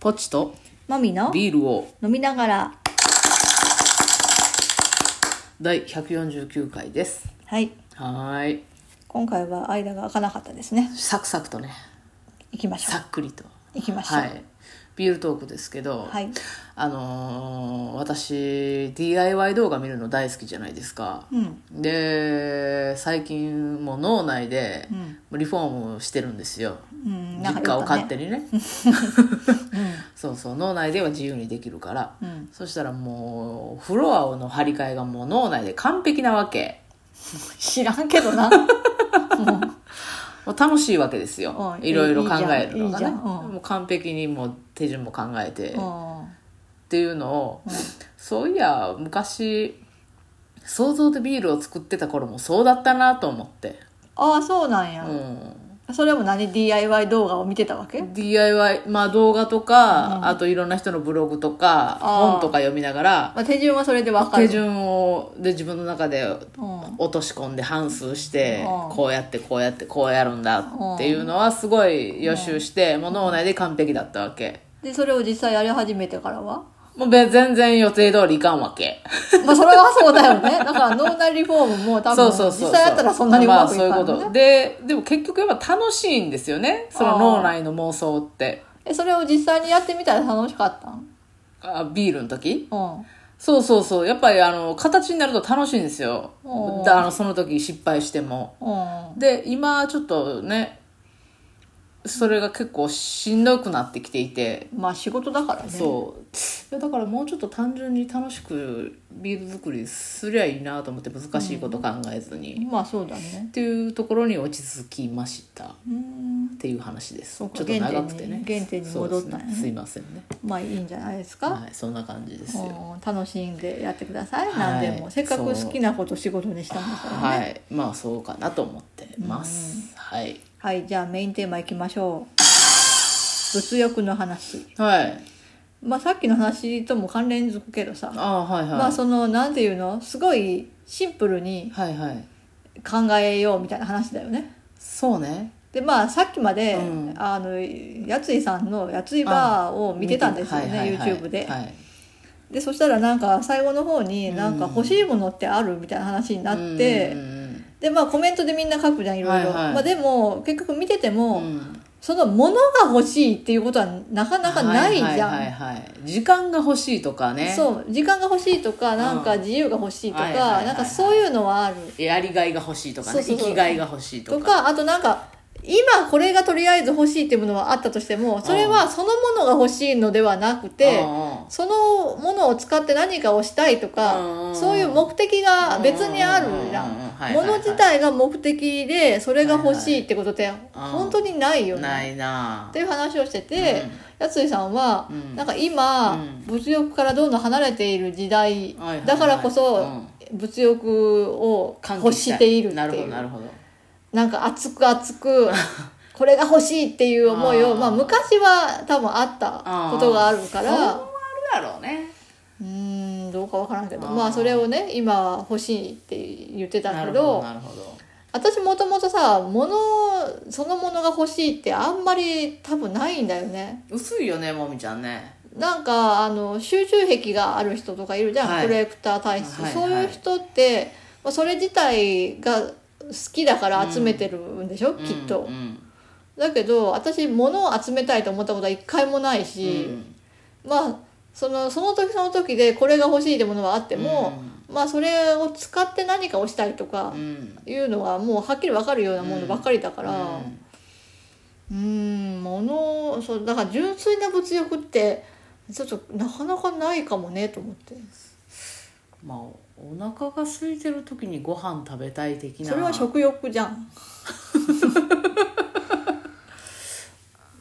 ポチとマミのビールを飲みながら第149回ですはいはーい今回は間が開かなかったですねサクサクとね行きましょさっくりとう行きましょうは、いビールトークですけど、はいあのー私 DIY 動画見るの大好きじゃないですか、うんで最近もう脳内でリフォームしてるんですよ、うんなんか実言ったね家を勝手にね そうそう脳内では自由にできるから、うんそしたらもうフロアの張り替えがもう脳内で完璧なわけ知らんけどな もう楽しいわけですようんいろいろ考えるのがいいじゃねんいいじゃんうんもう完璧にもう手順も考えて、うっんていうのを、そういや昔想像でビールを作ってた頃もそうだったなと思って、ああそうなんや、うん、それも何 DIY 動画を見てたわけ DIY、まあ、動画とか、あといろんな人のブログとかあー本とか読みながらまあ、手順はそれでわかる手順をで自分の中でうん落とし込んで半数してうんこうやってこうやってこうやるんだっていうのはすごい予習してもう脳内で完璧だったわけでそれを実際やり始めてからはもうべ全然予定通りいかんわけまあそれはそうだよ ねだから脳内リフォームも多そ分う そうそう実際あったらそんなにうまくいかまなあ、いそういうこねとででも結局やっぱ楽しいんですよねその脳内の妄想ってえそれを実際にやってみたら楽しかったんあビールの時うんそうそうそうやっぱりあの形になると楽しいんですよおーだあのその時失敗してもうんで今ちょっとねそれが結構しんどくなってきていて、まあ仕事だからねそういやだからもうちょっと単純に楽しくビール作りすりゃいいなと思って難しいこと考えずに、っまあそうだねていうところに落ち着きましたっうんていう話ですちそょうっかと長くてね原点に原点に戻ったんやねそうですねすいませんねまあいいんじゃないですか、はいそんな感じですようん楽しんでやってください、はい何でもせっかく好きなこと仕事にしたんだからねは、はいい、まあそうかなと思ってます。はい。じゃあメインテーマいきましょう物欲の話はい。まあさっきの話とも関連づくけどさああ、はいはい。まあそのなんていうのすごいシンプルにはいはい。考えようみたいな話だよねそうね。でまあさっきまで、うんあのやついさんのやついバーを見てたんですよね、はいはいはい YouTube で、はい。でそしたらなんか最後の方にうんなんか欲しいものってあるみたいな話になって、うんうんでまあコメントでみんな書くじゃんいろいろ、はいはいまあ、でも結局見ててうも、ん、そのものが欲しいっていうことはなかなかないじゃん、はいはいはいはい。時間が欲しいとかね。そう時間が欲しいとかなんかうん自由が欲しいとか、はいはいはいはいなんかそういうのはあるやりがいが欲しいとかね。そうそうそう生きがいが欲しいととか。かあとなんか今これがとりあえず欲しいっていうものはあったとしてもそれはそのものが欲しいのではなくて、うんそのものを使って何かをしたいとうんうんうかんそういう目的が別にあるじゃうんうんうんはんいはいはもいの自体が目的でそれが欲しいってことって本当にないようんなねいなっていう話をしててやついさんはうんなんか今うん物欲からどんどん離れている時代はいはいはいだからこうそん物欲を換気欲たしているってなるほいどなうるほど。なんか熱く熱くこれが欲しいっていう思いをあーまあ昔は多分あったことがあるから。あるだろうね。うーんどうかわからんけどあーまあそれをね今は欲しいって言ってたなけるどほどなるほど。私もともとさ物そのものが欲しいってあんまり多分ないんだよね薄いよねもみちゃんね。なんかあの集中癖がある人とかいるじゃん、はいコレクター体は質、いはいそういう人って、まあ、それ自体が好きだから集めてるんでしょ、きっと、うんうんだけど私物を集めたいと思ったことは一回もないし、まあそのその時その時でこれが欲しいってものはあっても、まあそれを使って何かをしたりとかうんうんいうのがもうはっきり分かるようなものばっかりだからうんうん物をそうだから純粋な物欲ってちょっとなかなかないかもねと思ってまあお腹が空いてる時にご飯食べたい的なそれは食欲じゃん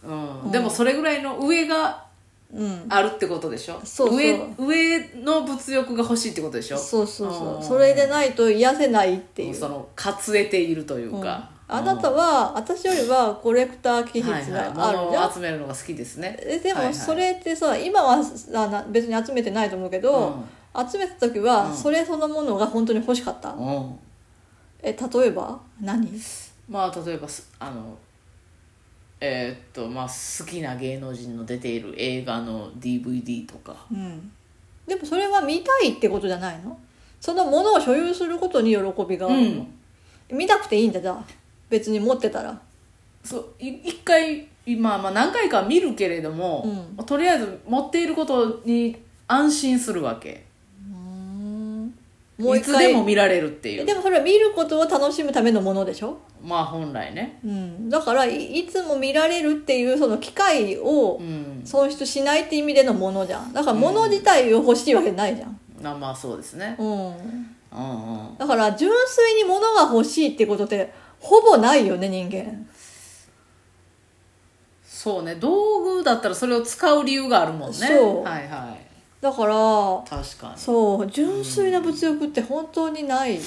うんうんでもそれぐらいの上がうんあるってことでしょそうそう上上の物欲が欲しいってことでしょそうそうそうんうそれでないと癒せないっていうそのかつえているというか、うんあなたはは私よりはコレクター気質があるいじはゃいん、物を集めるのが好きですねえではいはもいそれってさ、今はさな別に集めてないと思うけど、集めた時は、うんそれそのものが本当に欲しかった、うんうんえ例えば何まあ例えばすあのえーっとまあ好きな芸能人の出ている映画の DVD とかうん、でもそれは見たいってことじゃないのそのものを所有することに喜びがあるの、見なくていいんだじゃあ別に持ってたらそうい一回まあまあ何回かは見るけれども、うとりあえず持っていることに安心するわけうんもうい一つ回でも見られるっていえうでもそれは見ることを楽しむためのものでしょ、まあ本来ねうん、だからいいつも見られるっていうその機会をうん損失しないって意味でのものじゃんだからもの自体を欲しいわけないじゃん、あまあそうですねうん、うんうんだから純粋にものが欲しいってことってほぼないよね人間そうね道具だったらそれを使う理由があるもんねそうはいはいだから確かにそう純粋な物欲って本当にない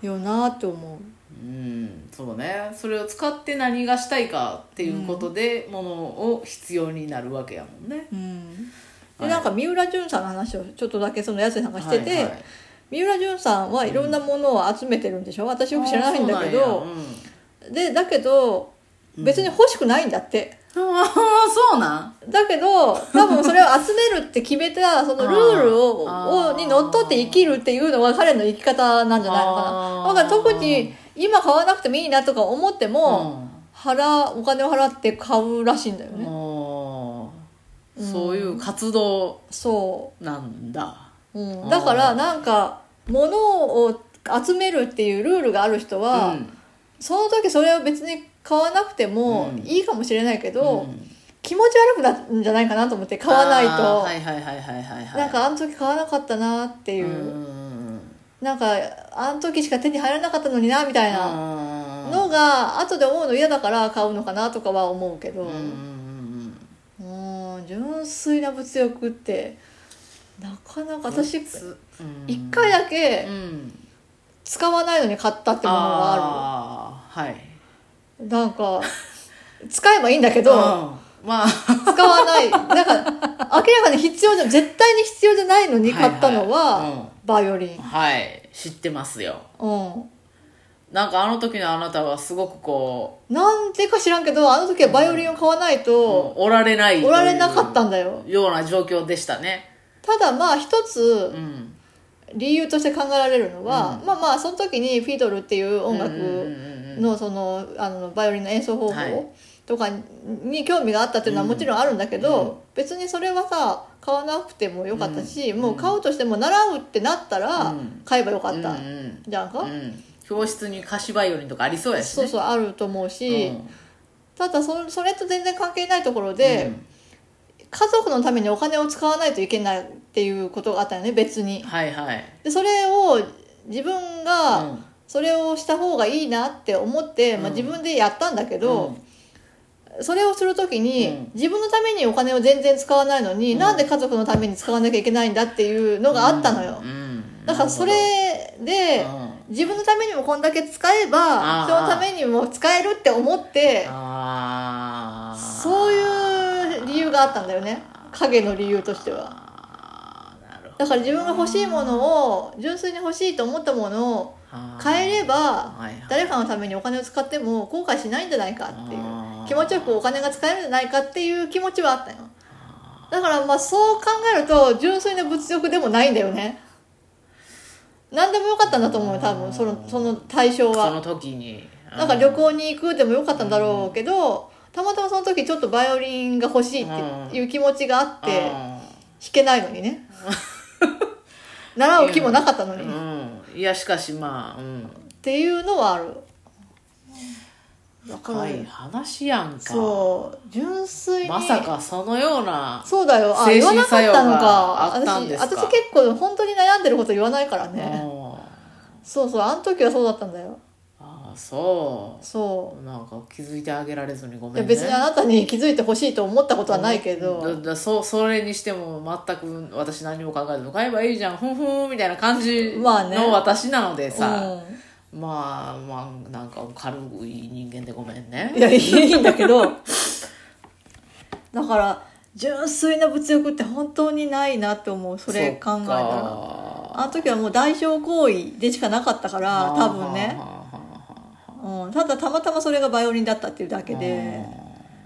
よなって思ううんそうねそれを使って何がしたいかっていうことで、ものを必要になるわけやもんねうんはでいなんか三浦淳さんの話をちょっとだけそのやつさんがしてて、はいはい三浦淳さんはいろんなものを集めてるんでしょ私よく知らないんだあそけうどなんやでだけどうん別に欲しくないんだって、うんあーそうなんだけど多分それを集めるって決め たそのルールをあーをにのっとって生きるっていうのが彼の生き方なんじゃないのかあーなだから特に今買わなくてもいいなとか思っても、う払お金を払って買うらしいんだよんね、あーうんそういう活動そなんだう、うあーん、だからなんか物を集めるっていうルールがある人は、うんその時それを別に買わなくてもうんいいかもしれないけど、うん気持ち悪くなるんじゃないかなと思って買わないあーと、はいはいはいはいはいはいなんかあの時買わなかったなっていうう、んなんかあの時しか手に入らなかったのになみたいなのが後で思うの嫌だから買うのかなとかは思うけど、うんうんうんうん純粋な物欲ってなかなか私う一んうん回だけうん使わないのに買ったってものがああーはいるなんか使えばいいんだけどうんまあ使わないなんか明らかに必要じゃ絶対に必要じゃないのに買ったのはいはいうんはバイオリンはい知ってますようなんかあの時のあなたはすごくこんなんでか知らんけどあの時はバイオリンを買わないうとおられないというおられなかったんだよような状況でしたねただまあ一うつん理由として考えられるのは、まあまあその時にフィドルっていう音楽、うんうんうんのそのあのバイオリンの演奏方はい法とかに,、興味があったっていうのはもちろんあるんだけど、うん別にそれはさ買わなくてもよかったし、もう買うとしても習うってなったらうん買えばよかうっんうた、んじゃんか、うん教室に歌詞バイオリンとかありそうやしそうねそうあると思うし、うんただそそれと全然関係ないところで、うん家族のためにお金を使わないといけないっていうことがあったよね別に。はいはいでそれを自分が、うんそれをした方がいいなって思って、うまあ、ん自分でやったんだけど、うんそれをするときに、うん自分のためにお金を全然使わないのに、うんなんで家族のために使わなきゃいけないんだっていうのがあったのよ、うんだからそれで、うん自分のためにもこんだけ使あえーばそのためにも使えるって思ってあーそういう理由があったんだよね影の理由としてはあーなるほどだから自分が欲しいものを純粋に欲しいと思ったものをあー変えればはいはい誰かのためにお金を使っても後悔しないんじゃないかっていうあー気持ちよくお金が使えるんじゃないかっていう気持ちはあったよだからまあそう考えると純粋な物欲でもないんだよね何でもよかったんだと思うよ多分そのその対象そはの時になんか旅行に行くでもよかったんだろうけどたまたまその時ちょっとバイオリンが欲しいっていう気持ちがあっって弾けないのに ね習う気もなかったのにうっん、いやしかしまあ、うん、ていうのはあるだから深い話やんかそう純粋にまさかそのようなそうだよあ精言神わなか作っ用たのがかあったんですか私私結構本当に悩んでること言わないからうねんそうそうあの時はそうだったんだよああそそうなんか気づいてあげられずにごういめやんね別にあなたに気づいてほしいと思ったことはないけだどだそそれにしても全く私何も考えずに買えばいいじゃんふんふんみたいな感じまあねの私なのでさ、うまあまあなんか軽い人間でごめんねんいやいいんだけ ど だから純粋な物欲って本当にないなって思うそれ考えたそっらかあの時はもう代償行為でしかなかったから多分ねはあはあはあはあううん、ただたまたまそれがバイオリンだったっていうだけで、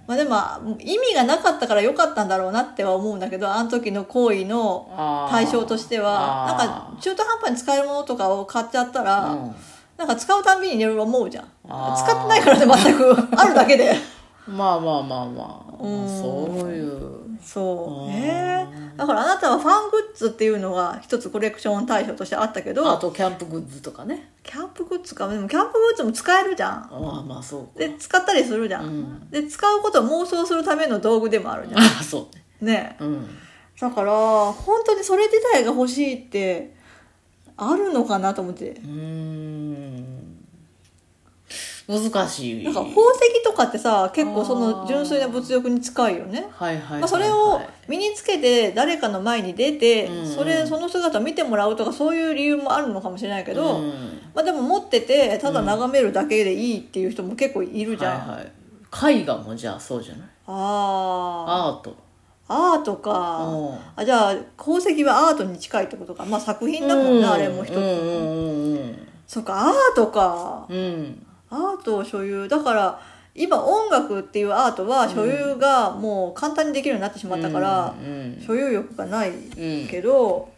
うまあ、でも意味がなかったから良かったんだろうなっては思うんだけどあの時の行為のんあー対象としてはなんあか中途半端に使えるものとかを買っちゃったら、ーなんか使うたんびにいろいろ思うじゃんあー使ってないからね全くあるだ けでうんまあまあまあまあ、うんそういうそあーうねだからあなたはファングッズっていうのが一つコレクション対象としてあったけあどとキャンプグッズとかねキャンプグッズかでもキャンプグッズも使えるじゃんああまあそうで使ったりするじゃん、うんで使うことを妄想するための道具でもあるじゃんああそうねねうんだから本当にそれ自体が欲しいってあるのかなと思ってうーん難しいなんか宝石とかってさ結構その純粋な物欲に近いよねはいはいはいはい、まあ、それを身につけて誰かの前に出てうんうんそれその姿を見てもらうとかそういう理由もあるのかもしれないけど、うんまあ、でも持っててただ眺めるだけでいいっていう人も結構いるじゃん、はいはい、絵画もじゃあそうじゃないあアートあアートか、うんあじゃあ功績はアートに近いってことかまあ作品だもんね、あれも一つ、うんうんうんそっかアートかうんうんアートを所有だから今音楽っていうアートは所有がもう簡単にできるようになってしまったから、うんうん所有欲がないうんけど、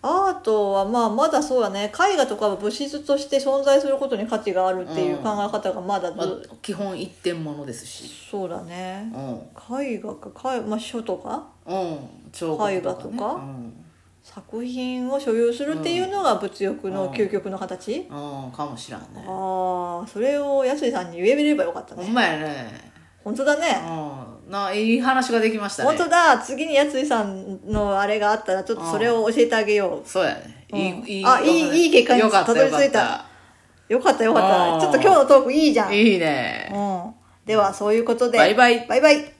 アートはまあまだそうだね絵画とかは物質として存在することに価値があるっていう考え方がまだず、まあ、基本一点物ですしそうだねうんうん絵画か絵、まあ、書とか彫刻絵画とかうん作品を所有するっていうのが物欲の究極の形、うんかもしらんねああそれを安井さんに言えればよかったほねんまやね本当だねうんないい話ができましたね本当だ次にやついさんのあれがあったらちょっとそれを教えてあげよそうやねうんいいいいあいいいい結果によかったたどり着いたよかっうよかったよかうっんたちょっと今日のトークいいじゃんたいいねうん、ではそういうことでバイバイバイバイ